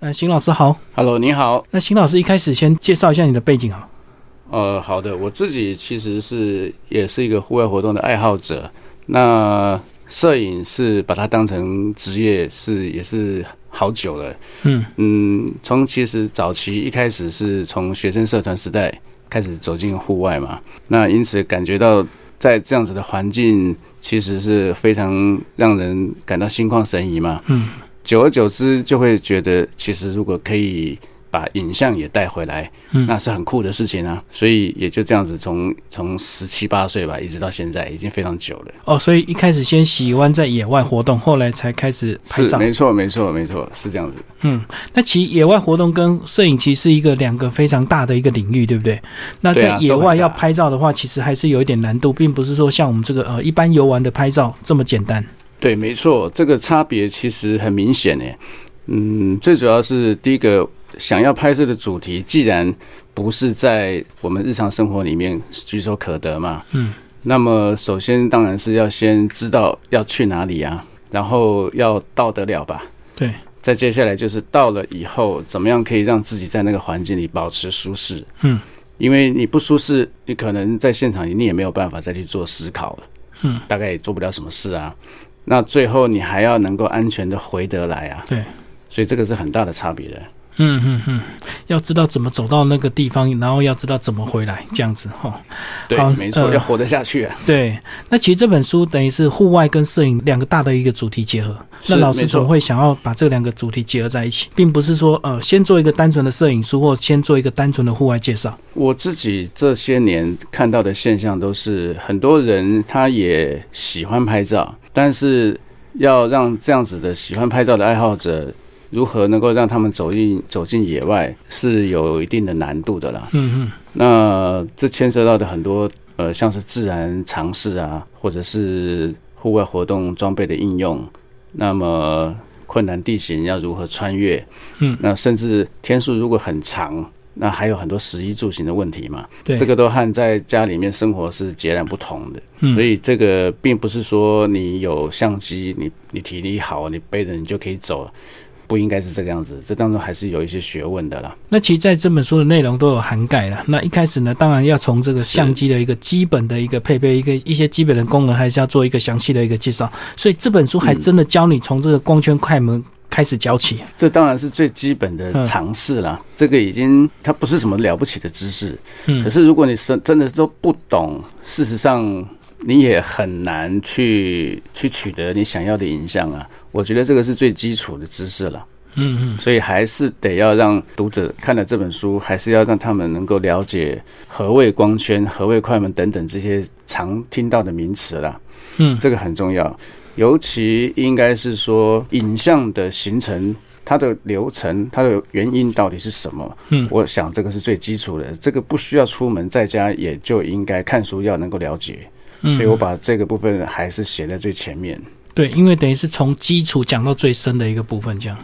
呃，邢老师好。 Hello，你好。那邢老师一开始先介绍一下你的背景好。呃，好的，我自己其实是也是一个户外活动的爱好者。那摄影是把它当成职业，是也是好久了。嗯嗯，从其实早期一开始是从学生社团时代开始走进户外嘛，那因此感觉到在这样子的环境其实是非常让人感到心旷神怡嘛。嗯，久而久之就会觉得，其实如果可以把影像也带回来，嗯那是很酷的事情啊。所以也就这样子从，从十七八岁吧，一直到现在，已经非常久了。哦，所以一开始先喜欢在野外活动，后来才开始拍是，照。没错，没错，没错，是这样子。嗯，那其实野外活动跟摄影其实是一个两个非常大的一个领域，对不对？那对在啊野都外很大要拍照的话，其实还是有一点难度，并不是说像我们这个呃一般游玩的拍照这么简单。对，没错，这个差别其实很明显诶。嗯，最主要是第一个，想要拍摄的主题，既然不是在我们日常生活里面举手可得嘛，嗯，那么首先当然是要先知道要去哪里啊，然后要到得了吧。对，再接下来就是到了以后，怎么样可以让自己在那个环境里保持舒适？嗯，因为你不舒适，你可能在现场你也没有办法再去做思考了，嗯，大概也做不了什么事啊。那最后你还要能够安全的回得来啊，对，所以这个是很大的差别的。嗯嗯嗯，要知道怎么走到那个地方，然后要知道怎么回来，这样子哈。对好，没错，呃要活得下去啊。对，那其实这本书等于是户外跟摄影两个大的一个主题结合。那是老师没错总会想要把这两个主题结合在一起，并不是说呃先做一个单纯的摄影书，或先做一个单纯的户外介绍。我自己这些年看到的现象都是，很多人他也喜欢拍照，但是要让这样子的喜欢拍照的爱好者，如何能够让他们走进走进野外，是有一定的难度的啦。嗯嗯，那这牵涉到的很多呃，像是自然常识啊，或者是户外活动装备的应用，那么困难地形要如何穿越？嗯，那甚至天数如果很长，那还有很多食衣住行的问题嘛，对，这个都和在家里面生活是截然不同的。嗯所以这个并不是说你有相机，你你体力好，你背着你就可以走了，不应该是这个样子。这当中还是有一些学问的啦。那其实在这本书的内容都有涵盖了。那一开始呢，当然要从这个相机的一个基本的一个配备，一个一些基本的功能，还是要做一个详细的一个介绍。所以这本书还真嗯的教你从这个光圈快门开始教起。这当然是最基本的嗯常识啦，这个已经它不是什么了不起的知识。嗯可是如果你真真的都不懂，事实上你也很难去去取得你想要的影像啊。我觉得这个是最基础的知识了，嗯嗯。所以还是得要让读者看了这本书，还是要让他们能够了解何谓光圈、何谓快门等等这些常听到的名词啦。嗯这个很重要，尤其应该是说影像的形成。它的流程，它的原因到底是什么？嗯我想这个是最基础的，这个不需要出门，在家也就应该看书，要能够了解。嗯所以我把这个部分还是写在最前面。对，因为等于是从基础讲到最深的一个部分，这样。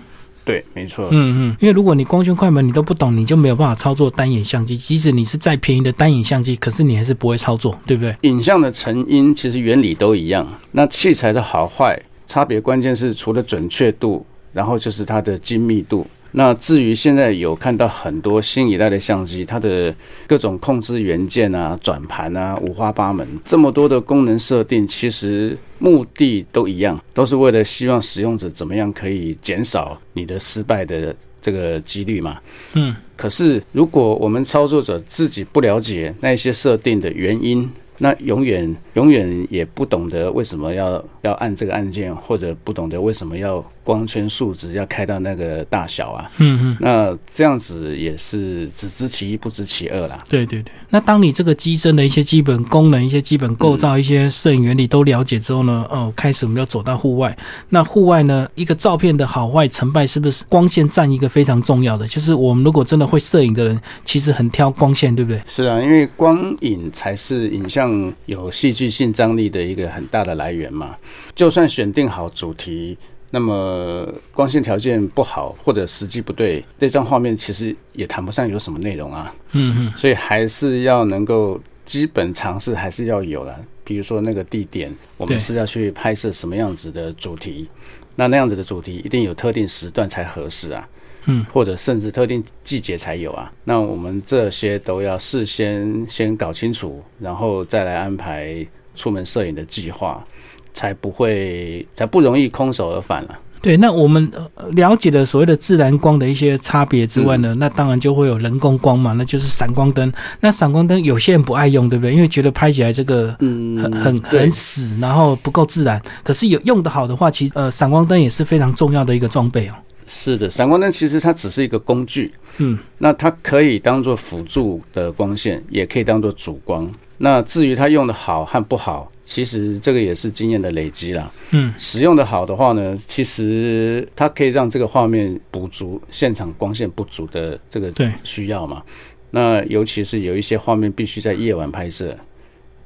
对，没错。嗯嗯，因为如果你光圈快门你都不懂，你就没有办法操作单眼相机。即使你是再便宜的单眼相机，可是你还是不会操作，对不对？影像的成因其实原理都一样，那器材的好坏差别，关键是除了准确度，然后就是它的精密度。那至于现在有看到很多新一代的相机，它的各种控制元件啊、转盘啊、五花八门，这么多的功能设定，其实目的都一样，都是为了希望使用者怎么样可以减少你的失败的这个几率嘛。嗯，可是如果我们操作者自己不了解那些设定的原因，那永远永远也不懂得为什么要要按这个按键，或者不懂得为什么要光圈数值要开到那个大小啊。嗯嗯，那这样子也是只知其一不知其二啦。对对对。那当你这个机身的一些基本功能、一些基本构造、一些摄影原理都了解之后呢，哦，开始我们要走到户外。那户外呢，一个照片的好坏成败，是不是光线占一个非常重要的？就是我们如果真的会摄影的人，其实很挑光线，对不对？是啊，因为光影才是影像有戏剧性张力的一个很大的来源嘛。就算选定好主题，那么光线条件不好或者时机不对，那张画面其实也谈不上有什么内容啊。嗯嗯，所以还是要能够基本常识还是要有了。比如说那个地点，我对们是要去拍摄什么样子的主题，那那样子的主题一定有特定时段才合适啊。嗯，或者甚至特定季节才有啊。那我们这些都要事先先搞清楚，然后再来安排出门摄影的计划，才不会才不容易空手而返了、对，那我们呃了解了所谓的自然光的一些差别之外呢，嗯那当然就会有人工光嘛，那就是闪光灯。那闪光灯有些人不爱用，对不对？因为觉得拍起来这个嗯很很对很死，然后不够自然。可是有用的好的话，其实呃，闪光灯也是非常重要的一个装备哦。是的，闪光灯其实它只是一个工具，嗯，那它可以当做辅助的光线，也可以当做主光。那至于它用的好和不好，其实这个也是经验的累积啦。嗯，使用的好的话呢，其实它可以让这个画面补足现场光线不足的这个对需要嘛。那尤其是有一些画面必须在夜晚拍摄，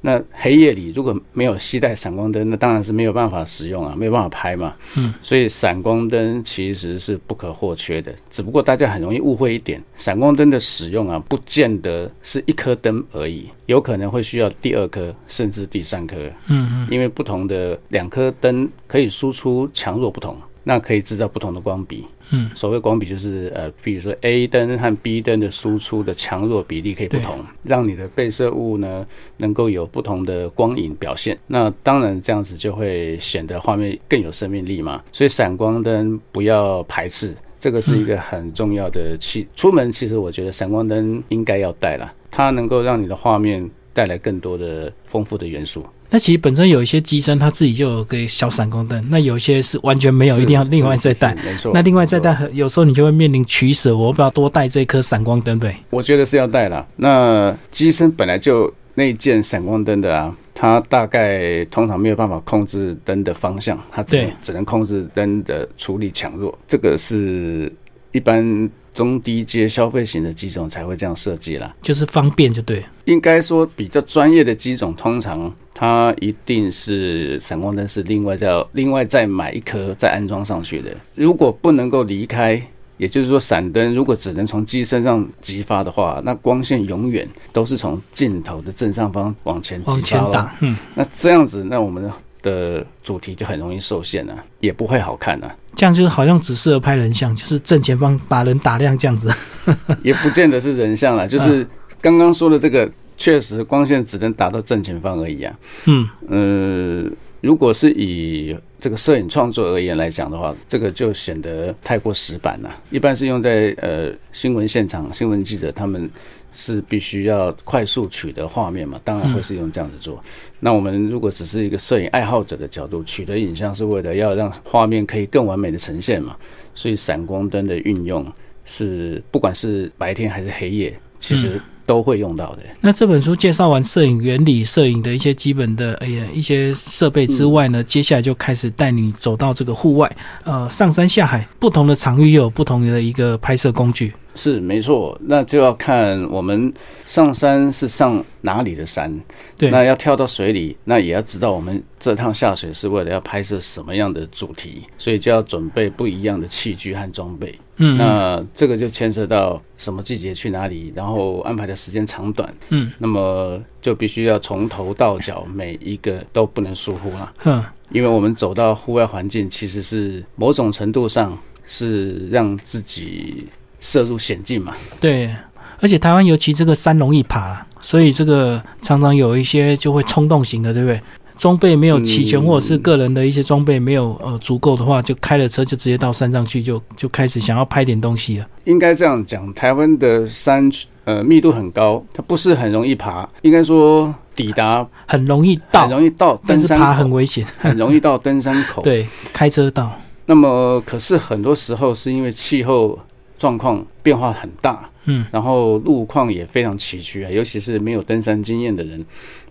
那黑夜里如果没有携带闪光灯，那当然是没有办法使用啊，没有办法拍嘛。嗯所以闪光灯其实是不可或缺的，只不过大家很容易误会一点，闪光灯的使用啊，不见得是一颗灯而已，有可能会需要第二颗甚至第三颗。嗯嗯，因为不同的两颗灯可以输出强弱不同，那可以制造不同的光比。嗯，所谓光比就是呃，比如说 A 灯和 B 灯的输出的强弱比例可以不同，让你的被摄物呢能够有不同的光影表现。那当然这样子就会显得画面更有生命力嘛。所以闪光灯不要排斥。这个是一个嗯很重要的器。出门其实我觉得闪光灯应该要带啦，它能够让你的画面带来更多的丰富的元素。那其实本身有一些机身它自己就有个小闪光灯，那有一些是完全没有，是一定要另外再带。，是是没错。那另外再没错，带，有时候你就会面临取舍，我要不要多带这颗闪光灯呗？我觉得是要带啦。那机身本来就那一件闪光灯的啊，它大概通常没有办法控制灯的方向，它只能对只能控制灯的处理强弱，这个是一般中低阶消费型的机种才会这样设计啦。就是方便就对。应该说比较专业的机种，通常它一定是闪光灯是另外再另外再买一颗再安装上去的。如果不能够离开，也就是说闪灯如果只能从机身上激发的话，那光线永远都是从镜头的正上方往前往激前发咯打，嗯，那这样子，那我们的主题就很容易受限了、啊也不会好看啊了、这样就是好像只适合拍人像，就是正前方把人打亮这样子。 也不见得是人像了，嗯就是刚刚说的这个，确实光线只能打到正前方而已啊。嗯，呃，如果是以这个摄影创作而言来讲的话，这个就显得太过死板了。一般是用在呃新闻现场，新闻记者他们是必须要快速取得画面嘛，当然会是用这样子做。那我们如果只是一个摄影爱好者的角度，取得影像是为了要让画面可以更完美的呈现嘛，所以闪光灯的运用是不管是白天还是黑夜，其实都会用到的。那这本书介绍完摄影原理、摄影的一些基本的哎呀一些设备之外呢，接下来就开始带你走到这个户外，呃，上山下海，不同的场域又有不同的一个拍摄工具。是没错，那就要看我们上山是上哪里的山。对，那要跳到水里，那也要知道我们这趟下水是为了要拍摄什么样的主题，所以就要准备不一样的器具和装备。嗯，那这个就牵涉到什么季节去哪里，然后安排的时间长短。嗯，那么就必须要从头到脚每一个都不能疏忽啦，哼，因为我们走到户外环境，其实是某种程度上是让自己涉入险境嘛。对，而且台湾尤其这个山容易爬啦，所以这个常常有一些就会冲动型的，对不对？装备没有齐全，嗯或者是个人的一些装备没有呃足够的话，就开了车就直接到山上去，就就开始想要拍点东西了。应该这样讲，台湾的山呃密度很高，它不是很容易爬，应该说抵达很容易很到，容易到哎登但是 山爬很口，哦危险。很容易到登山口。 对，开车到，那么可是很多时候是因为气候状况变化很大，嗯，然后路况也非常崎岖啊，尤其是没有登山经验的人，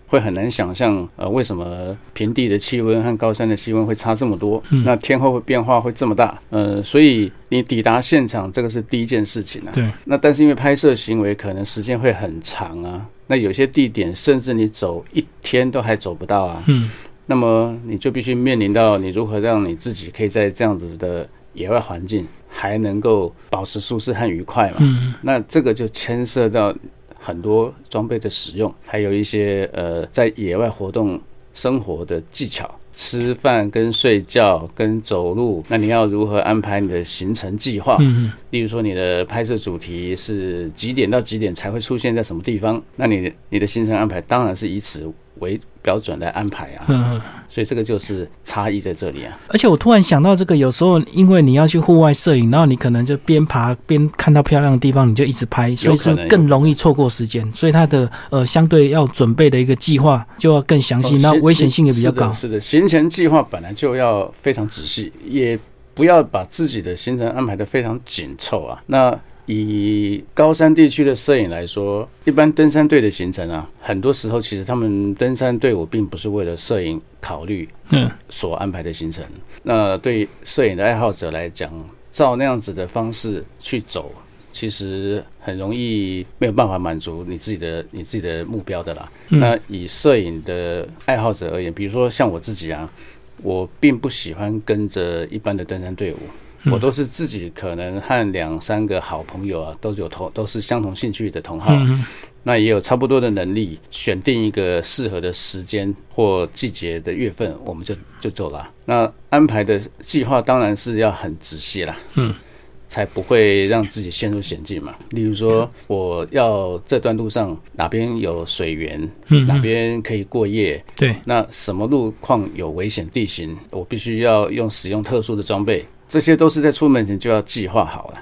会很难想象呃为什么平地的气温和高山的气温会差这么多，嗯那天候会变化会这么大，呃，所以你抵达现场这个是第一件事情啊。对，那但是因为拍摄行为可能时间会很长啊，那有些地点甚至你走一天都还走不到啊，嗯，那么你就必须面临到你如何让你自己可以在这样子的野外环境还能够保持舒适和愉快嘛。嗯，那这个就牵涉到很多装备的使用，还有一些呃在野外活动生活的技巧。吃饭、跟睡觉、跟走路，那你要如何安排你的行程计划？嗯例如说，你的拍摄主题是几点到几点才会出现在什么地方？那你你的行程安排当然是以此为标准来安排啊嗯。嗯。所以这个就是差异在这里啊。而且我突然想到，这个有时候因为你要去户外摄影，然后你可能就边爬边看到漂亮的地方，你就一直拍，所以有是可能更容易错过时间。所以它的呃相对要准备的一个计划就要更详细，那危险性也比较高。哦是的，是的行前计划本来就要非常仔细，也不要把自己的行程安排的非常紧凑啊。那以高山地区的摄影来说，一般登山队的行程啊，很多时候其实他们登山队伍并不是为了摄影考虑嗯所安排的行程。那对摄影的爱好者来讲，照那样子的方式去走，其实很容易没有办法满足你自己的你自己的目标的啦。嗯那以摄影的爱好者而言，比如说像我自己啊，我并不喜欢跟着一般的登山队伍。我都是自己可能和两三个好朋友啊，都有同都是相同兴趣的同好，嗯那也有差不多的能力，选定一个适合的时间或季节的月份，我们就就走了。那安排的计划当然是要很仔细啦，嗯，才不会让自己陷入险境嘛。例如说，我要这段路上哪边有水源，嗯哪嗯，边可以过夜，对，那什么路况有危险地形，我必须要用使用特殊的装备，这些都是在出门前就要计划好了。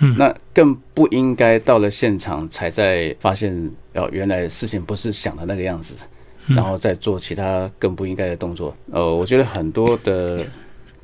嗯那更不应该到了现场才在发现，哦，原来事情不是想的那个样子，嗯然后再做其他更不应该的动作。呃，我觉得很多的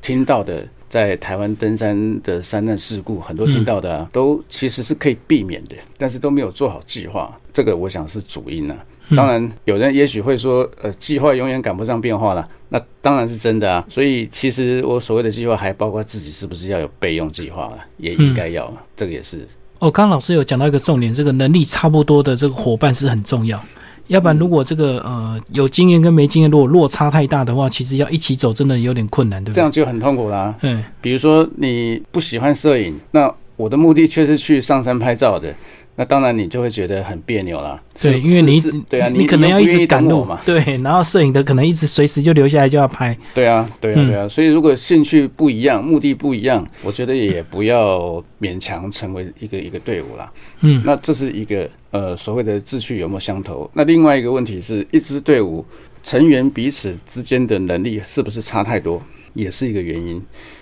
听到的，在台湾登山的山难事故，很多听到的、啊都其实是可以避免的，但是都没有做好计划，这个我想是主因啊。当然，有人也许会说，呃，计划永远赶不上变化啦。那当然是真的啊。所以，其实我所谓的计划，还包括自己是不是要有备用计划啊，也应该要啊，这个也是。哦，刚刚老师有讲到一个重点，这个能力差不多的这个伙伴是很重要。要不然，如果这个呃有经验跟没经验，如果落差太大的话，其实要一起走真的有点困难，对不这对？样就很痛苦啦。嗯比如说，你不喜欢摄影，那我的目的却是去上山拍照的，那当然你就会觉得很别扭啦。对，是因为你一是直是对啊，你可能又要不一愿直意赶等我路嘛，，对，然后摄影的可能一直随时就留下来就要拍，对啊，对啊，对嗯啊，所以如果兴趣不一样，目的不一样，我觉得也不要勉强成为一个一个队伍啦。嗯，那这是一个呃所谓的志趣有没有相投？那另外一个问题是，一支队伍成员彼此之间的能力是不是差太多，也是一个原因。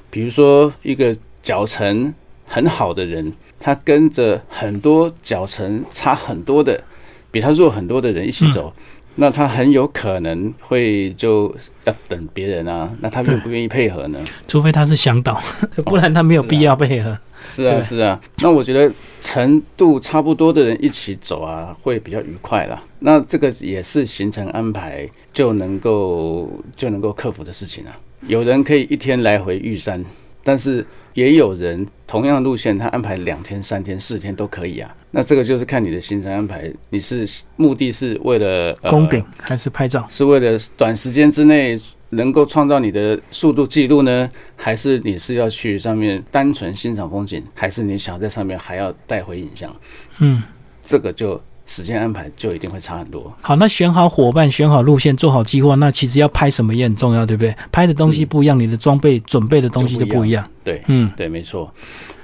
比如说一个脚程很好的人，他跟着很多脚程差很多的，比他弱很多的人一起走。那他很有可能会就要等别人啊，那他愿不愿意配合呢？除非他是向导，不然他没有是啊必要呃配合。是啊，对是啊。那我觉得程度差不多的人一起走啊，会比较愉快啦。那这个也是行程安排就能够就能够克服的事情啊。有人可以一天来回玉山，但是也有人同样路线，他安排两天、三天、四天都可以啊。那这个就是看你的行程安排，你是目的是为了、呃、攻顶还是拍照？是为了短时间之内能够创造你的速度记录呢，还是你是要去上面单纯欣赏风景，还是你想在上面还要带回影像？嗯，这个就时间安排就一定会差很多。好，那选好伙伴，选好路线，做好计划，那其实要拍什么也很重要，对不对？拍的嗯东西不一样，你的装备准备的东西就不一样。对，嗯对，没错。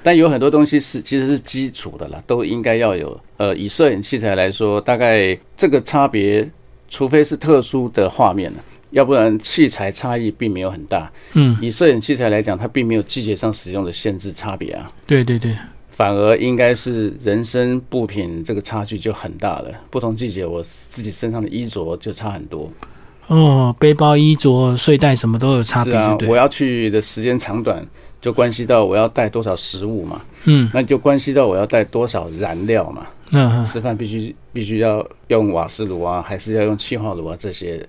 但有很多东西是其实是基础的啦，都应该要有。呃，以摄影器材来说，大概这个差别，除非是特殊的画面了，要不然器材差异并没有很大。嗯，以摄影器材来讲，它并没有季节上使用的限制差别啊。对对对，反而应该是人生布品这个差距就很大了。不同季节，我自己身上的衣着就差很多。哦，背包、衣着、睡袋什么都有差是别，啊对，不我对？要去的时间长短，就关系到我要带多少食物嘛，嗯那就关系到我要带多少燃料嘛。嗯嗯吃饭必须必须要用瓦斯炉啊，还是要用气化炉啊这些。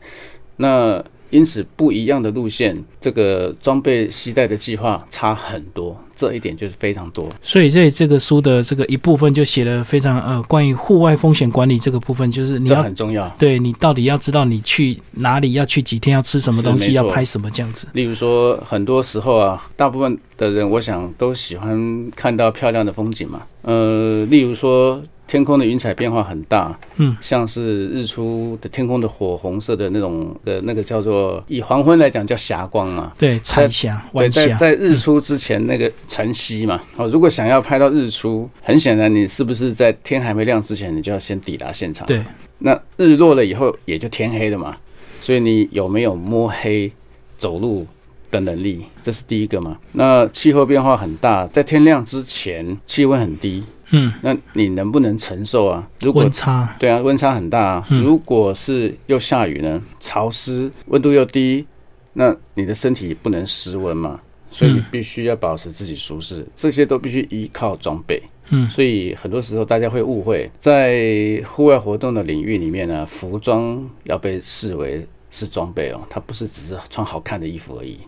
那因此不一样的路线，这个装备携带的计划差很多，这一点就是非常多。所以这这个书的这个一部分就写了非常呃关于户外风险管理这个部分，就是你这要很重要。对你到底要知道你去哪里，要去几天，要吃什么东是西，没要错拍什么这样子。例如说，很多时候啊，大部分的人，我想都喜欢看到漂亮的风景嘛。呃，例如说天空的云彩变化很大，嗯，像是日出的天空的火红色的那种的那个叫做以黄昏来讲叫霞光嘛，对，彩霞、对，晚在霞，嗯在日出之前那个晨曦嘛，哦，如果想要拍到日出，很显然你是不是在天还没亮之前，你就要先抵达现场？对，那日落了以后也就天黑了嘛，所以你有没有摸黑走路的能力？这是第一个嘛。那气候变化很大，在天亮之前气温很低，嗯，那你能不能承受啊？如果温差，嗯对啊，温差很大、啊。如果是又下雨呢，潮湿，温度又低，那你的身体不能失温嘛，所以嗯你必须要保持自己舒适，这些都必须依靠装备。嗯所以很多时候大家会误会，在户外活动的领域里面呢，服装要被视为是装备哦，它不是只是穿好看的衣服而已，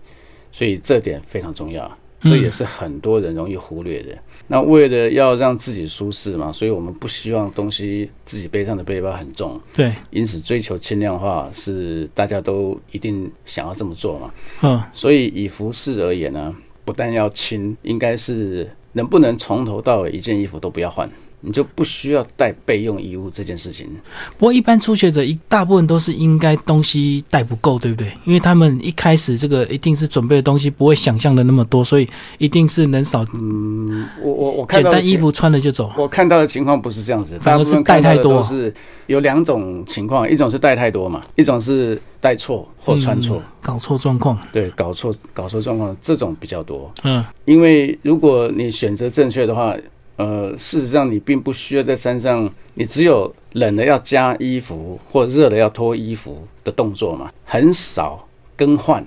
所以这点非常重要。这也是很多人容易忽略的。那为了要让自己舒适嘛，所以我们不希望东西自己背上的背包很重，对，因此追求轻量化是大家都一定想要这么做嘛。嗯，所以以服饰而言呢，不但要轻，应该是能不能从头到尾一件衣服都不要换，你就不需要带备用衣物这件事情。不过一般初学者一大部分都是应该东西带不够，对不对？因为他们一开始这个一定是准备的东西不会想象的那么多，所以一定是能少我我我看简到的单衣情服穿了就走。我看到的情况不是这样子，反大而部是分带看到太的多都是有两种情况，一种是带太多嘛，一种是带错或穿错，嗯搞错状况。对，搞错搞错状况这种比较多。嗯，因为如果你选择正确的话，呃，事实上你并不需要在山上，你只有冷了要加衣服或热了要脱衣服的动作嘛，很少更换。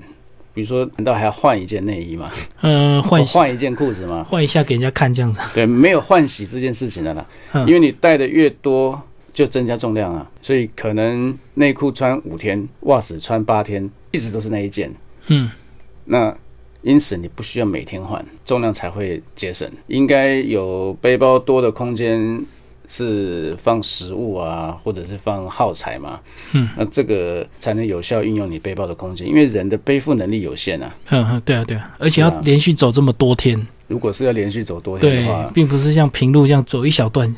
比如说，难道还要换一件内衣吗？呃，换一下换一件裤子吗？换一下给人家看这样子。对，没有换洗这件事情的啦，嗯因为你带的越多，就增加重量啊，所以可能内裤穿五天，袜子穿八天，一直都是那一件，嗯，那因此你不需要每天换，重量才会节省。应该有背包多的空间是放食物啊，或者是放耗材嘛，嗯，那这个才能有效运用你背包的空间，因为人的背负能力有限啊，嗯嗯，对啊对啊，而且要对啊连续走这么多天，如果是要连续走多天对的话，，并不是像平路这样走一小段。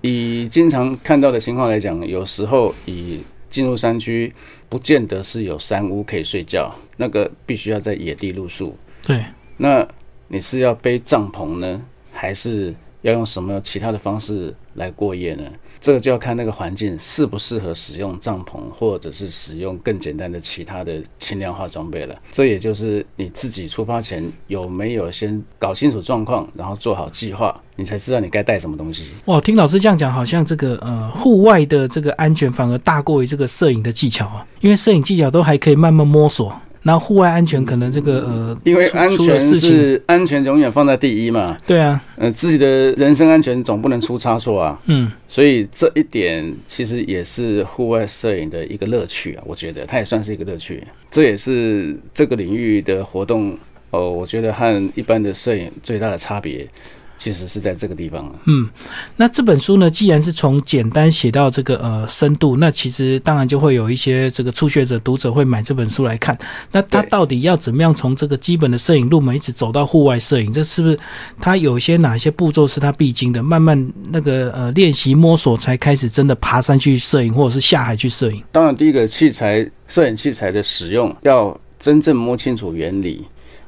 以经常看到的情况来讲，有时候以进入山区，不见得是有山屋可以睡觉，那个必须要在野地露宿。对，那你是要背帐篷呢，还是要用什么其他的方式来过夜呢？这个就要看那个环境适不适合使用帐篷，或者是使用更简单的其他的轻量化装备了。这也就是你自己出发前有没有先搞清楚状况，然后做好计划，你才知道你该带什么东西。哇，听老师这样讲，好像这个呃户外的这个安全反而大过于这个摄影的技巧啊，因为摄影技巧都还可以慢慢摸索，然后户外安全可能这个呃，因为出安出了全事情，是安全永远放在第一嘛，对啊，呃，自己的人身安全总不能出差错啊，嗯，所以这一点其实也是户外摄影的一个乐趣啊，我觉得它也算是一个乐趣，这也是这个领域的活动哦，我觉得和一般的摄影最大的差别，其实是在这个地方啊。那这本书呢，既然是从简单写到这个呃深度，那其实当然就会有一些这个初学者读者会买这本书来看。那他对到底要怎么样从这个基本的摄影入门一直走到户外摄影？这是不是他有些哪些步骤是他必经的？慢慢那个呃练习摸索，才开始真的爬山去摄影，或者是下海去摄影。当然，第一个器材摄影器材的使用要真正摸清楚原理，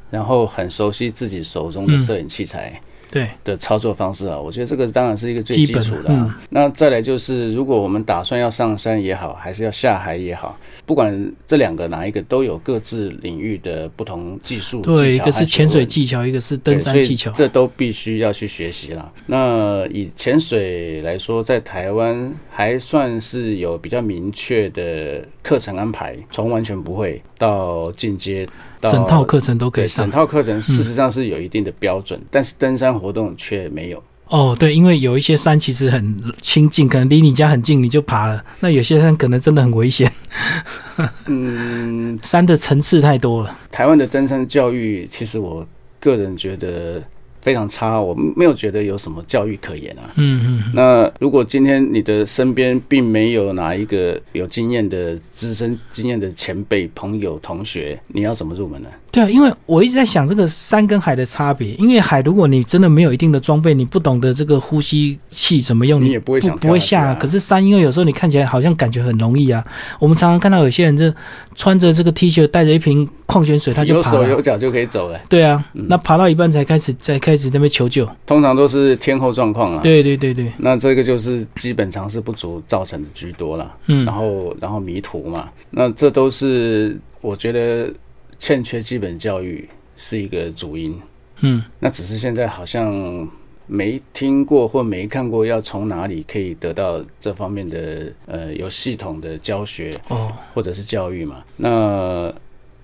然后很熟悉自己手中的嗯摄影器材。对，的操作方式啊，我觉得这个当然是一个最基基本嗯础的的、啊。那再来就是，如果我们打算要上山也好，还是要下海也好，不管这两个哪一个，都有各自领域的不同技术对，技一巧个和是潜水学问技巧，一个是登对山所以技巧。这都必须要去学习啦。那以潜水来说，在台湾还算是有比较明确的课程安排，从完全不会到进阶，到整套课程都可以对上整套课程事实上是有一定的标准，但是登山活动却没有。哦，对，因为有一些山其实很亲近，可能离你家很近，你就爬了；那有些山可能真的很危险。 嗯，山的层次太多了。台湾的登山教育，其实我个人觉得非常差，我没有觉得有什么教育可言啊。嗯嗯那如果今天你的身边并没有哪一个有经验的资深经验的前辈、朋友、同学，你要怎么入门呢？对啊，因为我一直在想这个山跟海的差别，因为海如果你真的没有一定的装备，你不懂得这个呼吸器怎么用，你你也不会想不会跳下去下。啊可是山，因为有时候你看起来好像感觉很容易啊，我们常常看到有些人就穿着这个 T 恤，带着一瓶矿泉水，他就有爬手有了。脚就可以走了，对啊，那爬到一半才开始，才开始在那边求救。通常都是天候状况啊。对对对对，那这个就是基本常识不足造成的居多啦。嗯然后然后迷途嘛，那这都是我觉得欠缺基本教育是一个主因。嗯，那只是现在好像没听过或没看过，要从哪里可以得到这方面的呃有系统的教学哦，或者是教育嘛？那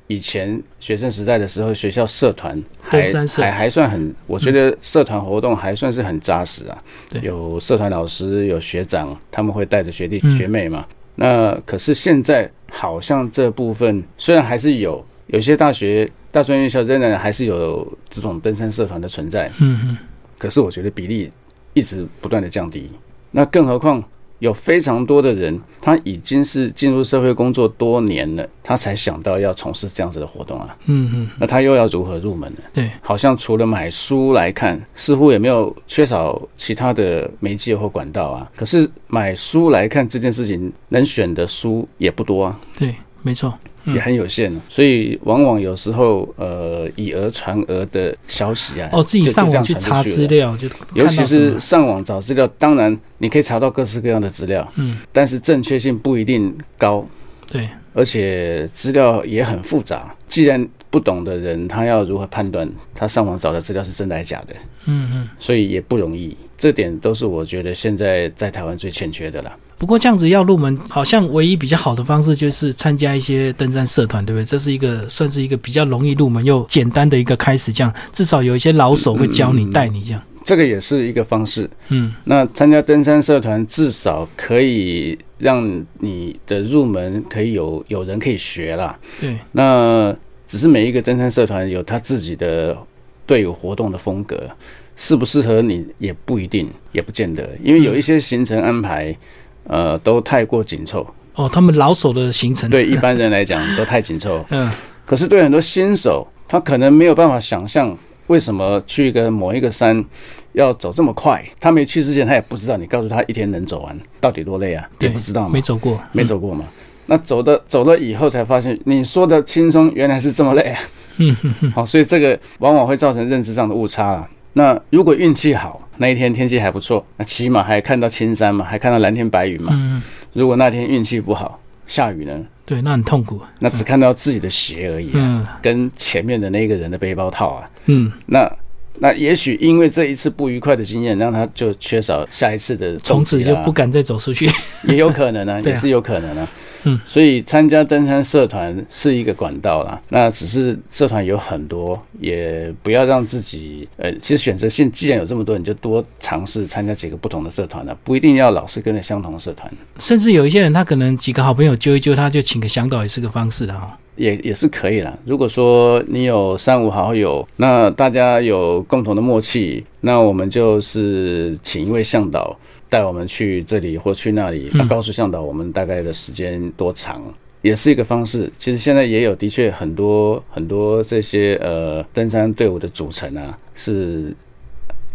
以前学生时代的时候，学校社团还登山社还还算很，我觉得社团活动还算是很扎实啊。嗯对有社团老师，有学长，他们会带着学弟嗯学妹嘛。那可是现在好像这部分虽然还是有，有些大学、大专院校仍然还是有这种登山社团的存在，嗯嗯，可是我觉得比例一直不断的降低。那更何况有非常多的人，他已经是进入社会工作多年了，他才想到要从事这样子的活动啊。嗯嗯，那他又要如何入门呢？对，好像除了买书来看，似乎也没有缺少其他的媒介或管道啊。可是买书来看这件事情，能选的书也不多啊，对，没错，嗯也很有限、啊。所以往往有时候，呃，以讹传讹的消息啊，哦，自己就上就这网样去传出查了资料就，尤其看是到什么上网找资料，当然你可以查到各式各样的资料，嗯，但是正确性不一定高，对，而且资料也很复杂。既然不懂的人，他要如何判断他上网找的资料是真的还是假的？嗯嗯。所以也不容易。这点都是我觉得现在在台湾最欠缺的啦。不过这样子要入门，好像唯一比较好的方式就是参加一些登山社团，对不对？这是一个算是一个比较容易入门又简单的一个开始，这样至少有一些老手会教嗯你、带你这样。这个也是一个方式。嗯，那参加登山社团，至少可以让你的入门可以有有人可以学啦。对，那只是每一个登山社团有他自己的队友活动的风格，适不适合你也不一定，也不见得，因为有一些行程安排，呃，都太过紧凑。哦，他们老手的行程，，对一般人来讲都太紧凑，嗯，可是对很多新手，他可能没有办法想象为什么去一个某一个山要走这么快。他没去之前，他也不知道。你告诉他一天能走完，到底多累啊？对也不知道嘛没，走过，没走过嘛。那走的走了以后才发现，你说的轻松原来是这么累啊！嗯好、所以这个往往会造成认知上的误差啊。那如果运气好，那一天天气还不错，那起码还看到青山嘛，还看到蓝天白云嘛。嗯，嗯如果那天运气不好，下雨呢，对，那很痛苦，那只看到自己的鞋而已、啊。嗯跟前面的那个人的背包套啊。嗯，那那也许因为这一次不愉快的经验，让他就缺少下一次的啊从动此机就啦不敢再走出去。 也有可能啊，对啊也是有可能啊。嗯，所以参加登山社团是一个管道啦。那只是社团有很多，也不要让自己呃，其实选择性既然有这么多，你就多尝试参加几个不同的社团了、啊不一定要老是跟着相同的社团，甚至有一些人，他可能几个好朋友揪一揪，他就请个向导也是个方式的啊哈、也也是可以啦。如果说你有三五好友，那大家有共同的默契，那我们就是请一位向导带我们去这里或去那里，那啊告诉向导我们大概的时间多长。也是一个方式，其实现在也有的确很多很多这些呃登山队伍的组成啊，是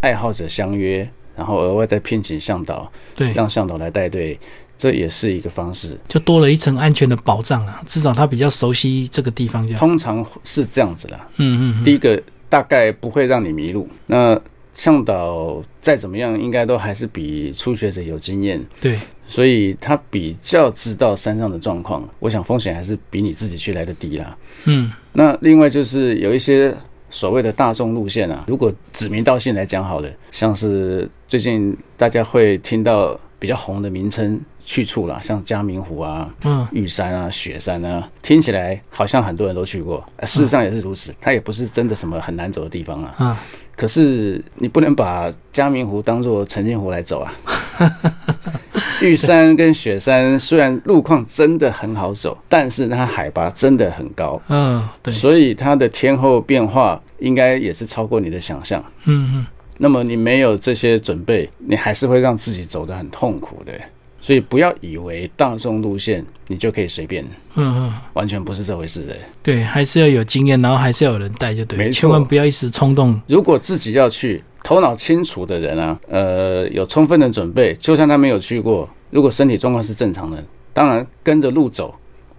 爱好者相约，然后额外再聘请向导，对，让向导来带队，这也是一个方式。就多了一层安全的保障啊，至少他比较熟悉这个地方这样。通常是这样子啦，嗯嗯嗯，第一个大概不会让你迷路。那向导再怎么样，应该都还是比初学者有经验，嗯对，所以他比较知道山上的状况。我想风险还是比你自己去来的低啦。嗯。那另外就是有一些所谓的大众路线啊，如果指名道姓来讲好了，像是最近大家会听到比较红的名称去处啦，像嘉明湖啊、嗯玉山啊、雪山啊，听起来好像很多人都去过，呃事实上也是如此，它也不是真的什么很难走的地方啊。啊，可是你不能把嘉明湖当做澄清湖来走啊，玉山跟雪山虽然路况真的很好走，但是它海拔真的很高，嗯，对，所以它的天候变化应该也是超过你的想象。嗯嗯，那么你没有这些准备，你还是会让自己走得很痛苦的。所以不要以为大众路线你就可以随便，嗯嗯，完全不是这回事的。对，还是要有经验，然后还是要有人带，就对了，没错千万不要一时冲动。如果自己要去，头脑清楚的人啊，呃，有充分的准备，就算他没有去过，如果身体状况是正常的，当然跟着路走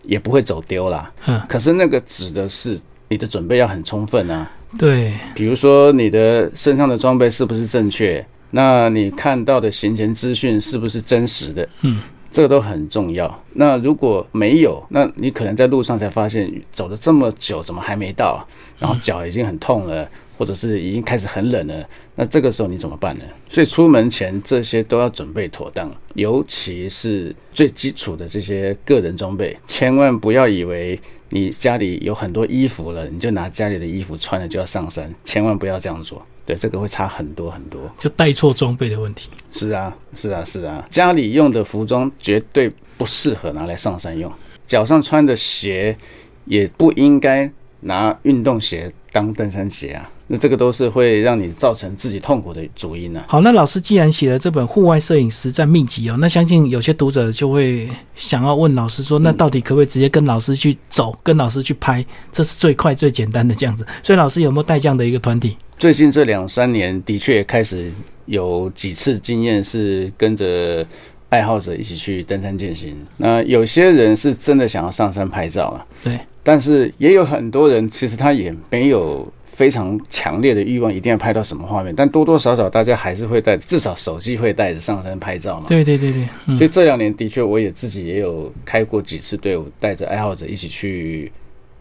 也不会走丢啦。嗯可是那个指的是你的准备要很充分啊，对，比如说你的身上的装备是不是正确，那你看到的行前资讯是不是真实的？嗯。这个都很重要。那如果没有，那你可能在路上才发现走了这么久，怎么还没到？然后脚已经很痛了，或者是已经开始很冷了。那这个时候你怎么办呢？所以出门前这些都要准备妥当，尤其是最基础的这些个人装备，千万不要以为你家里有很多衣服了，你就拿家里的衣服穿了就要上山，千万不要这样做。对，这个会差很多很多。就带错装备的问题。是啊，是啊，是啊，家里用的服装绝对不适合拿来上山用，脚上穿的鞋也不应该拿运动鞋当登山鞋啊，那这个都是会让你造成自己痛苦的主因啊。好，那老师既然写了这本《户外摄影实战秘籍》哦，那相信有些读者就会想要问老师说，那嗯到底可不可以直接跟老师去走，跟老师去拍，这是最快最简单的这样子？所以老师有没有带这样的一个团体？最近这两三年的确开始有几次经验是跟着爱好者一起去登山健行，那有些人是真的想要上山拍照啊，对，但是也有很多人，其实他也没有非常强烈的欲望，一定要拍到什么画面，但多多少少大家还是会带，至少手机会带着上山拍照嘛。对对对对，嗯所以这两年的确，我也自己也有开过几次队伍，带着爱好者一起去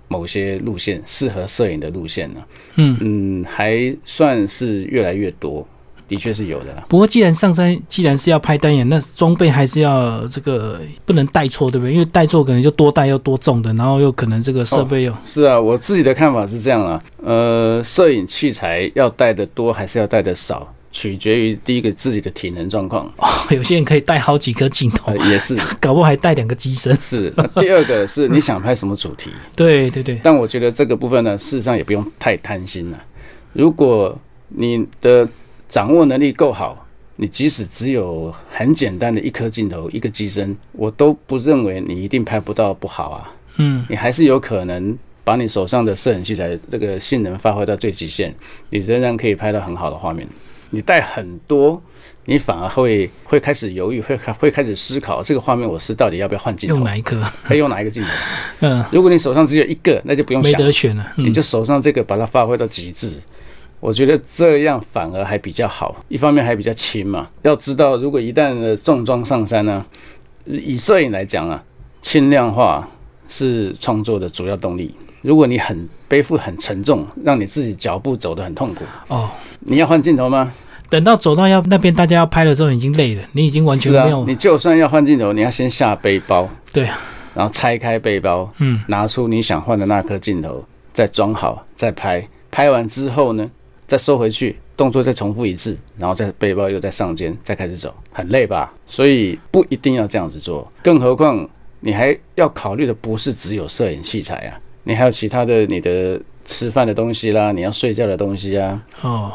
某些路线，适合摄影的路线呢、嗯。嗯，还算是越来越多，的确是有的啦。不过，既然上山，既然是要拍单眼，那装备还是要这个不能带错，对不对？因为带错可能就多带又多重的，然后又可能这个设 备又、是啊，我自己的看法是这样啦、呃，摄影器材要带的多还是要带的少，取决于第一个自己的体能状况。有些人可以带好几颗镜头呃，，也是搞不好还带两个机身。是。那第二个是你想拍什么主题，对对对，但我觉得这个部分呢，事实上也不用太贪心了。如果你的掌握能力够好，你即使只有很简单的一颗镜头、一个机身，我都不认为你一定拍不到不好啊。嗯，你还是有可能把你手上的摄影器材这个性能发挥到最极限，你仍然可以拍到很好的画面。你带很多，你反而会会开始犹豫，会会开始思考这个画面我是到底要不要换镜头用，哪一颗？还用哪一个镜头？嗯，如果你手上只有一个，那就不用没想，得选了。嗯你就手上这个把它发挥到极致。我觉得这样反而还比较好，一方面还比较轻嘛。要知道，如果一旦呃重装上山呢、以摄影来讲啊，轻量化是创作的主要动力。如果你很背负很沉重，让你自己脚步走得很痛苦，哦，你要换镜头吗？等到走到要那边大家要拍的时候，已经累了，你已经完全是没啊有、，你就算要换镜头，你要先下背包，对啊，然后拆开背包，嗯，拿出你想换的那颗镜头，再装好，再拍。拍完之后呢，再收回去，动作再重复一次，然后再背包又再上肩，再开始走，很累吧？所以不一定要这样子做，更何况你还要考虑的不是只有摄影器材啊，你还有其他的你的吃饭的东西啦，你要睡觉的东西啊，哦，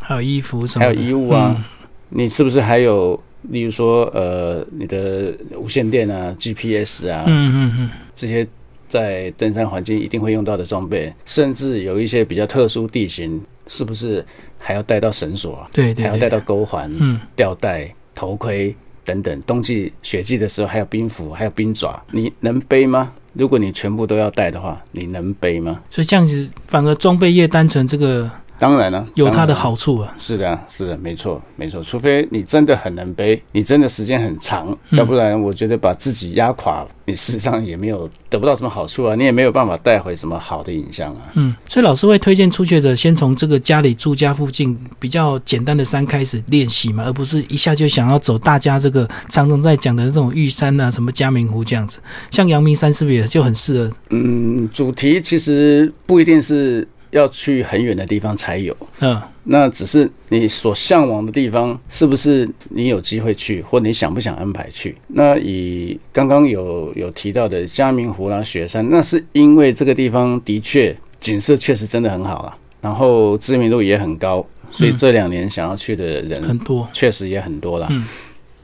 还有衣服什么还的，有衣物啊，你是不是还有？例如说，呃，你的无线电啊、GPS 啊，嗯嗯嗯，这些在登山环境一定会用到的装备，甚至有一些比较特殊地形，是不是还要带到绳索啊，对还对要带对，到钩环、嗯，吊带、头盔等等？冬季雪季的时候还有冰斧，还有冰爪，你能背吗？如果你全部都要带的话，你能背吗？所以这样子反而装备越单纯，这个当然了、有它的当然啊好处啊。是的，是的，没错，没错。除非你真的很能背，你真的时间很长，嗯要不然我觉得把自己压垮，你事实上也没有得不到什么好处啊，你也没有办法带回什么好的影像啊。嗯，所以老师会推荐初学者先从这个家里住家附近比较简单的山开始练习嘛，而不是一下就想要走大家这个常常在讲的这种玉山啊、什么嘉明湖这样子。像阳明山是不是也就很适合？嗯，主题其实不一定是要去很远的地方才有。嗯，那只是你所向往的地方，是不是你有机会去，或你想不想安排去？那以刚刚有有提到的嘉明湖啦、雪山，那是因为这个地方的确景色确实真的很好啦，然后知名度也很高，所以这两年想要去的人很多。确实也很多啦。嗯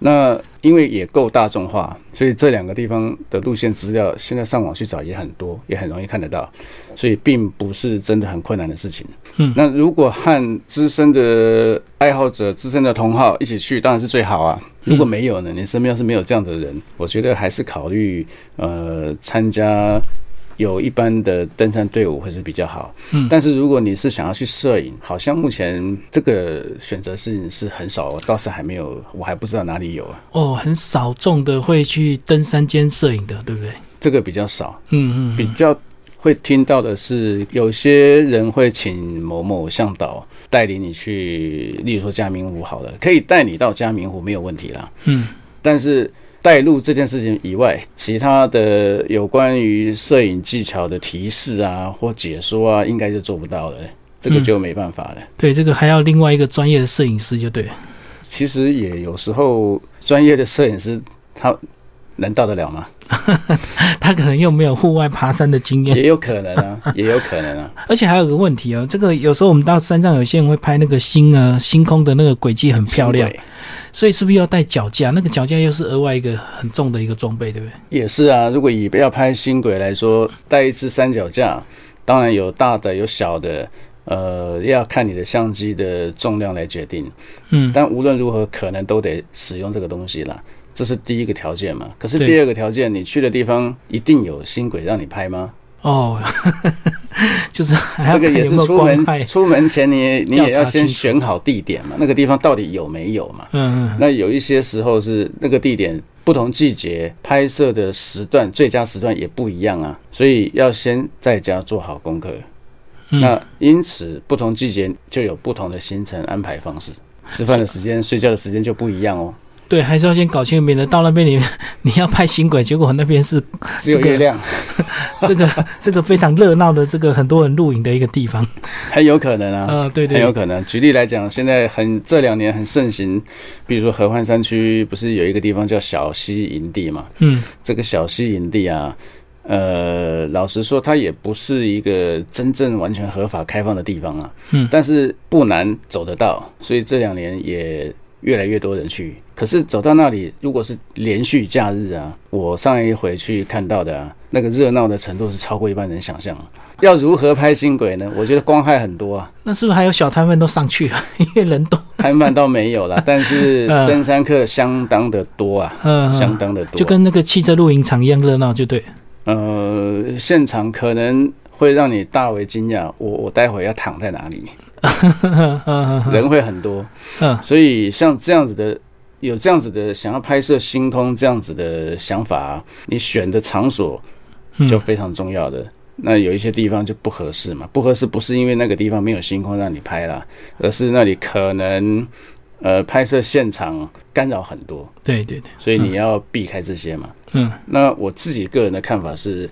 那因为也够大众化，所以这两个地方的路线资料现在上网去找也很多，也很容易看得到，所以并不是真的很困难的事情。嗯那如果和资深的爱好者、资深的同好一起去，当然是最好啊。嗯如果没有呢，你身边要是没有这样的人，我觉得还是考虑呃参加有一般的登山队伍会是比较好。嗯但是如果你是想要去摄影，好像目前这个选择是是很少，我倒是还没有，我还不知道哪里有啊，哦，很少众的会去登山兼摄影的，对不对？这个比较少，嗯嗯比较。会听到的是，有些人会请某某向导带领你去，例如说嘉明湖好了，可以带你到嘉明湖没有问题啦。嗯但是带路这件事情以外，其他的有关于摄影技巧的提示啊或解说啊，应该是做不到的，这个就没办法了。嗯，对，这个还要另外一个专业的摄影师就对了。其实也有时候专业的摄影师他能到得了吗？他可能又没有户外爬山的经验，也有可能啊， 也有可能啊。而且还有个问题哦，这个有时候我们到山上，有些人会拍那个星啊，星空的那个轨迹很漂亮，对所以是不是要带脚架？那个脚架又是额外一个很重的一个装备，对不对？也是啊。如果以要拍新轨来说，带一支三脚架，当然有大的有小的，呃，要看你的相机的重量来决定。嗯，但无论如何，可能都得使用这个东西啦。这是第一个条件嘛。可是对第二个条件，你去的地方一定有新轨让你拍吗？哦， 就是还要 这个看也有是没有出光害门。出门前你也你调也要查先清楚选好地点嘛，那个地方到底有没有嘛？嗯嗯，那有一些时候是那个地点不同季节拍摄的时段，最佳时段也不一样啊，所以要先在家做好功课。嗯那因此，不同季节就有不同的行程安排方式，吃饭的时间、睡觉的时间就不一样哦。对，还是要先搞清楚，免得到那边你 你要拍新轨，结果那边是只有这个月亮， 这个这个非常热闹的这个很多人露营的一个地方。很有可能啊。嗯、对很对，有可能。举例来讲，现在很这两年很盛行，比如说合欢山区不是有一个地方叫小溪营地嘛？嗯这个小溪营地啊，呃，老实说，它也不是一个真正完全合法开放的地方啊。嗯但是不难走得到，所以这两年也越来越多人去。可是走到那里，如果是连续假日啊，我上一回去看到的、啊、那个热闹的程度是超过一般人想象啊。要如何拍新轨呢？我觉得光害很多啊。那是不是还有小摊贩都上去了？啊 因为人多， 开慢倒没有啦，但是嗯登山客相当的多啊，嗯、相嗯当的多。就跟那个汽车露营场一样热闹，就对。呃，现场可能会让你大为惊讶，我我待会要躺在 哪里，嗯嗯嗯人会很多，嗯，所以像这样子的。有这样子的想要拍摄星空这样子的想法啊、你选的场所嗯就非常重要的。那有一些地方就不合适嘛，不合适不是因为那个地方没有星空让你拍啦，而是那里可能呃拍摄现场干扰很多。对对对，所以你要避开这些嘛。嗯那我自己个人的看法是，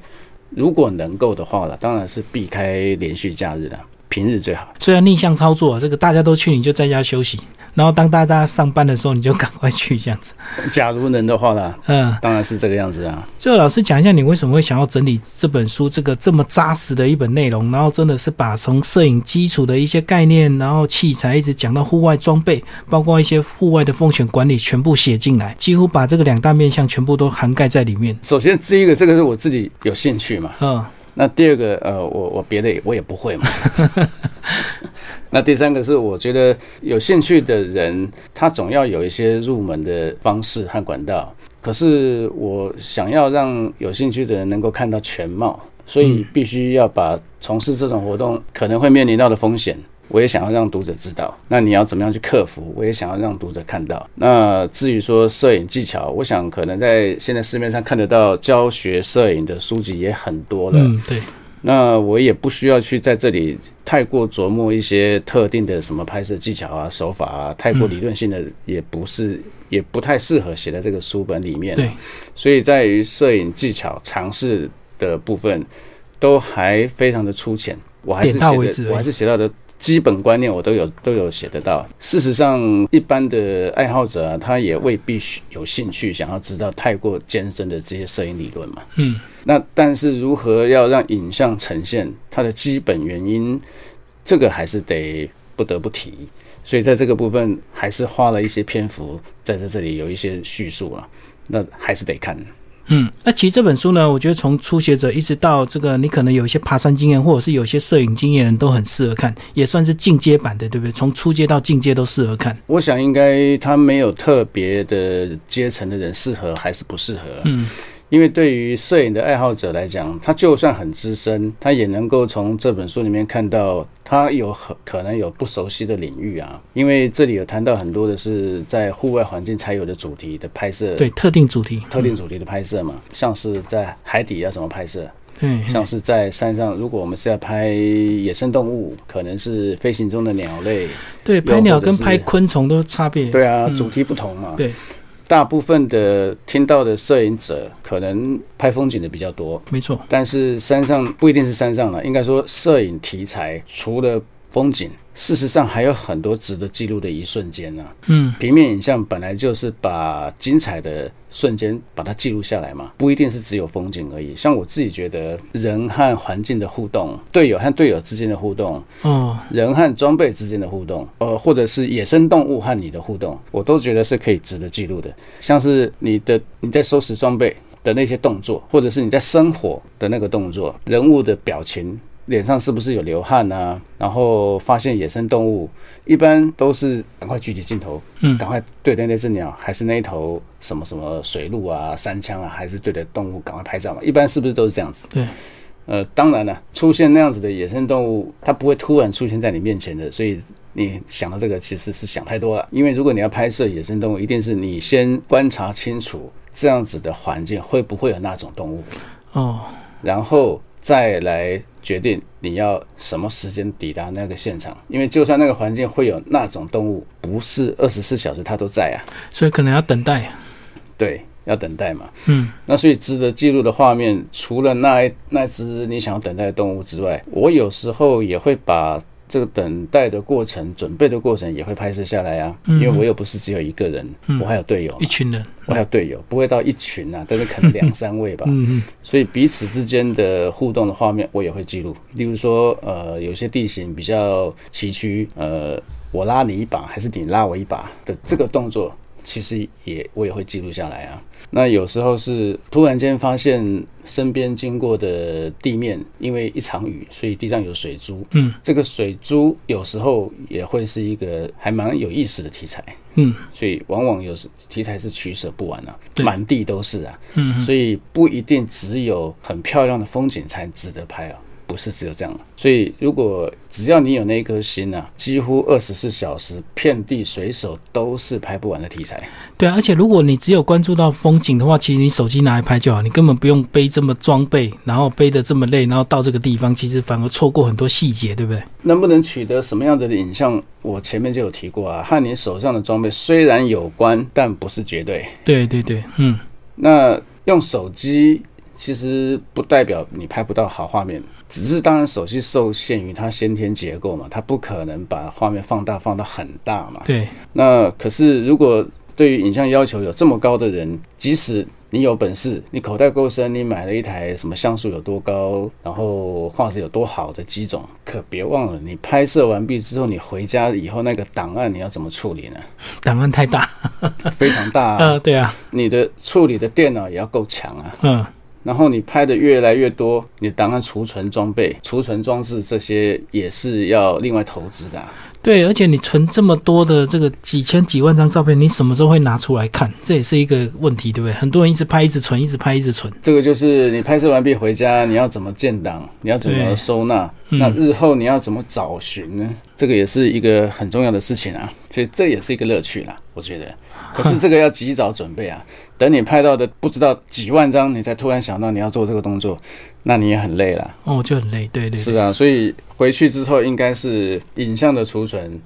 如果能够的话啦，当然是避开连续假日啦，平日最好。虽然逆向操作，这个大家都去，你就在家休息，然后当大家上班的时候，你就赶快去这样子。假如能的话啦，嗯，当然是这个样子啊。最后老师讲一下，你为什么会想要整理这本书这个这么扎实的一本内容，然后真的是把从摄影基础的一些概念，然后器材一直讲到户外装备，包括一些户外的风险管理，全部写进来，几乎把这个两大面向全部都涵盖在里面。首先，第一个，这个是我自己有兴趣嘛。嗯那第二个，呃，我我别的也我也不会嘛。那第三个是，我觉得有兴趣的人，他总要有一些入门的方式和管道。可是我想要让有兴趣的人能够看到全貌，所以必须要把从事这种活动可能会面临到的风险，我也想要让读者知道。那你要怎么样去克服？我也想要让读者看到。那至于说摄影技巧，我想可能在现在市面上看得到教学摄影的书籍也很多了。嗯，对，那我也不需要去在这里太过琢磨一些特定的什么拍摄技巧啊、手法啊，太过理论性的也不是，也不太适合写在这个书本里面。对，所以在于摄影技巧尝试的部分，都还非常的粗浅。我还是点到为写止而的，已我还是写到的基本观念，我都有都有写得到。事实上，一般的爱好者啊，他也未必需有兴趣想要知道太过艰深的这些摄影理论嘛。嗯，那但是如何要让影像呈现它的基本原因，这个还是得不得不提。所以在这个部分，还是花了一些篇幅在这这里有一些叙述啊，那还是得看。嗯，那其实这本书呢，我觉得从初学者一直到这个，你可能有一些爬山经验，或者是有一些摄影经验的人都很适合看，也算是进阶版的，对不对？从初阶到进阶都适合看。我想应该他没有特别的阶层的人适合还是不适合，啊嗯，因为对于摄影的爱好者来讲，他就算很资深，他也能够从这本书里面看到他有很可能有不熟悉的领域啊，因为这里有谈到很多的是在户外环境才有的主题的拍摄，对，特定主题，特定主题的拍摄嘛，像是在海底要怎么拍摄，对，像是在山上，如果我们是要拍野生动物，可能是飞行中的鸟类，对，又拍鸟或者跟是拍昆虫都差别。对啊，主题不同嘛。对，大部分的听到的摄影者可能拍风景的比较多，没错，但是山上不一定是山上了，应该说摄影题材除了风景，事实上还有很多值得记录的一瞬间啊。嗯，平面影像本来就是把精彩的瞬间把它记录下来嘛，不一定是只有风景而已。像我自己觉得，人和环境的互动，队友和队友之间的互动，哦，人和装备之间的互动，呃，或者是野生动物和你的互动，我都觉得是可以值得记录的。像是你的你在收拾装备的那些动作，或者是你在生火的那个动作，人物的表情。脸上是不是有流汗啊？然后发现野生动物，一般都是赶快举起镜头，嗯赶快对着那只鸟，还是那一头什么什么水鹿啊、山枪啊，还是对着动物赶快拍照嘛？一般是不是都是这样子？对，呃，当然了，出现那样子的野生动物，它不会突然出现在你面前的，所以你想到这个其实是想太多了。因为如果你要拍摄野生动物，一定是你先观察清楚这样子的环境会不会有那种动物，哦，然后再来决定你要什么时间抵达那个现场。因为就算那个环境会有那种动物，不是二十四小时它都在啊，所以可能要等待。对，要等待嘛。嗯，那所以值得记录的画面，除了那一那只你想要等待的动物之外，我有时候也会把这个等待的过程、准备的过程也会拍摄下来啊，因为我又不是只有一个人，我还有队友嘛嗯一，群人。我还有队友，不会到一群啊，但是可能两三位吧。嗯嗯，所以彼此之间的互动的画面，我也会记录。例如说，呃，有些地形比较崎岖，呃，我拉你一把还是你拉我一把的这个动作，其实也我也会记录下来啊。那有时候是突然间发现身边经过的地面，因为一场雨，所以地上有水珠。嗯，这个水珠有时候也会是一个还蛮有意思的题材。嗯，所以往往有时题材是取舍不完啊，对满地都是啊。嗯，所以不一定只有很漂亮的风景才值得拍啊。不是只有这样，所以如果只要你有那一颗心啊，几乎二十四小时遍地随手都是拍不完的题材。对啊，而且如果你只有关注到风景的话，其实你手机拿来拍就好，你根本不用背这么装备，然后背的这么累，然后到这个地方，其实反而错过很多细节，对不对？能不能取得什么样子的影像，我前面就有提过啊，和你手上的装备虽然有关，但不是绝对。对对对，嗯，那用手机其实不代表你拍不到好画面，只是当然手机受限于它先天结构嘛，它不可能把画面放大放到很大嘛。对，那可是如果对于影像要求有这么高的人，即使你有本事，你口袋够深，你买了一台什么像素有多高，然后画质有多好的机种，可别忘了，你拍摄完毕之后，你回家以后那个档案你要怎么处理呢？档案太大，非常大、啊， 呃，对啊，你的处理的电脑也要够强啊。嗯，然后你拍的越来越多，你档案储存装备、储存装置这些也是要另外投资的啊、对，而且你存这么多的这个几千几万张照片，你什么时候会拿出来看？这也是一个问题，对不对？很多人一直拍，一直存，一直拍，一直存。这个就是你拍摄完毕回家，你要怎么建档，你要怎么对收纳，嗯那日后你要怎么找寻呢？这个也是一个很重要的事情啊，所以这也是一个乐趣啦，我觉得。可是这个要及早准备啊，等你拍到的不知道几万张，你才突然想到你要做这个动作，那你也很累了。哦，就很累，对对对是啊，所以回去之后应该是影像的储存，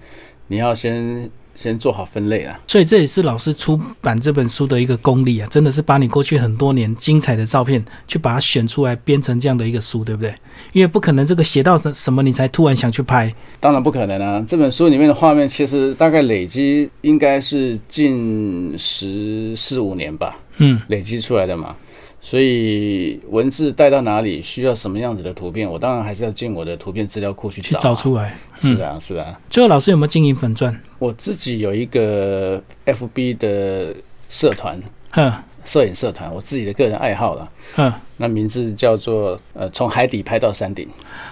你要先先做好分类啊。所以这也是老师出版这本书的一个功力啊，真的是把你过去很多年精彩的照片，去把它选出来，编成这样的一个书，对不对？因为不可能这个写到什什么你才突然想去拍，当然不可能啊！这本书里面的画面其实大概累积应该是近十四五年吧，嗯，累积出来的嘛。所以文字带到哪里，需要什么样子的图片，我当然还是要进我的图片资料库去去找、啊。找出嗯来。是啊，是啊。最后老师有没有经营粉钻？我自己有一个 FB 的社团，哼摄影社团，我自己的个人爱好啦。哼，那名字叫做呃，从海底拍到山顶。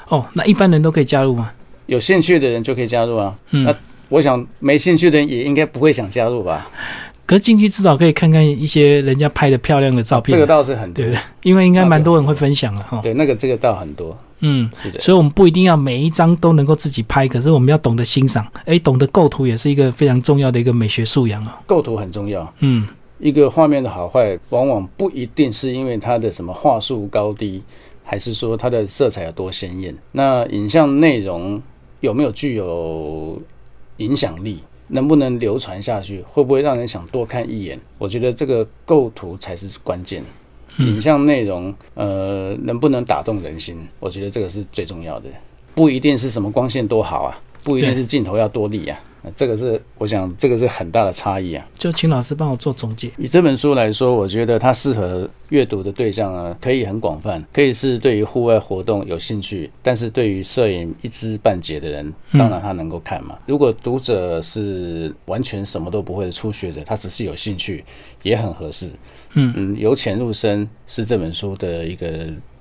哦，那一般人都可以加入吗？有兴趣的人就可以加入啊。嗯那我想没兴趣的人也应该不会想加入吧？可是进去至少可以看看一些人家拍的漂亮的照片，这个倒是很多对，不对？因为应该蛮多人会分享了哈。对，那个这个倒很多，嗯，是的。所以我们不一定要每一张都能够自己拍，可是我们要懂得欣赏，诶，懂得构图也是一个非常重要的一个美学素养啊。构图很重要，嗯，一个画面的好坏，往往不一定是因为它的什么画术高低，还是说它的色彩有多鲜艳。那影像内容有没有具有影响力，能不能流传下去，会不会让人想多看一眼？我觉得这个构图才是关键。影像内容，呃，能不能打动人心？我觉得这个是最重要的，不一定是什么光线多好啊，不一定对是镜头要多利啊，那这个是我想这个是很大的差异啊。就请老师帮我做总结。以这本书来说，我觉得它适合阅读的对象啊，可以很广泛，可以是对于户外活动有兴趣，但是对于摄影一知半解的人，当然他能够看嘛。如果读者是完全什么都不会的初学者，他只是有兴趣，也很合适。嗯由浅入深是这本书的一个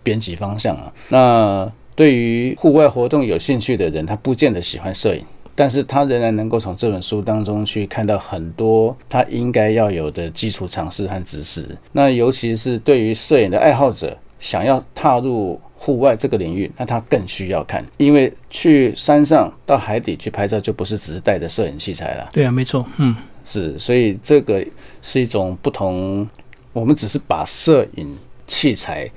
编辑方向啊。那对于户外活动有兴趣的人，他不见得喜欢摄影。但是他仍然能够从这本书当中去看到很多他应该要有的基础常识和知识。那尤其是对于摄影的爱好者，想要踏入户外这个领域，那他更需要看，因为去山上到海底去拍照，就不是只是带着摄影器材了，对啊，没错，嗯，是，所以这个是一种不同。我们只是把摄影器材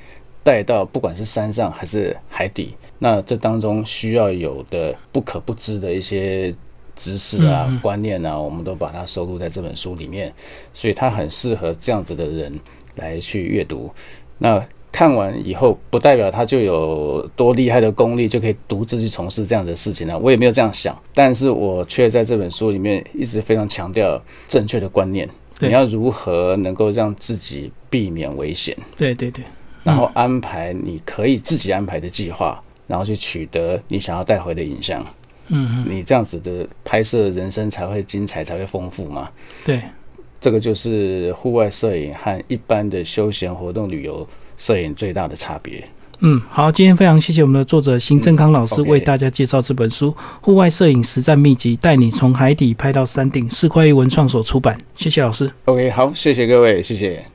带到不管是山上还是海底，那这当中需要有的不可不知的一些知识啊、观念啊，我们都把它收录在这本书里面，所以它很适合这样子的人来去阅读。那看完以后，不代表他就有多厉害的功力，就可以独自去从事这样的事情啊。我也没有这样想，但是我却在这本书里面一直非常强调正确的观念，对你要如何能够让自己避免危险，对对对，然后安排你可以自己安排的计划，然后去取得你想要带回的影像。嗯，你这样子的拍摄人生才会精彩，才会丰富嘛。对，这个就是户外摄影和一般的休闲活动旅游摄影最大的差别。嗯，好，今天非常谢谢我们的作者邢正康老师 OK 为大家介绍这本书《户外摄影实战秘籍》，带你从海底拍到山顶，是快意文创所出版。谢谢老师。 OK，好，谢谢各位，谢谢。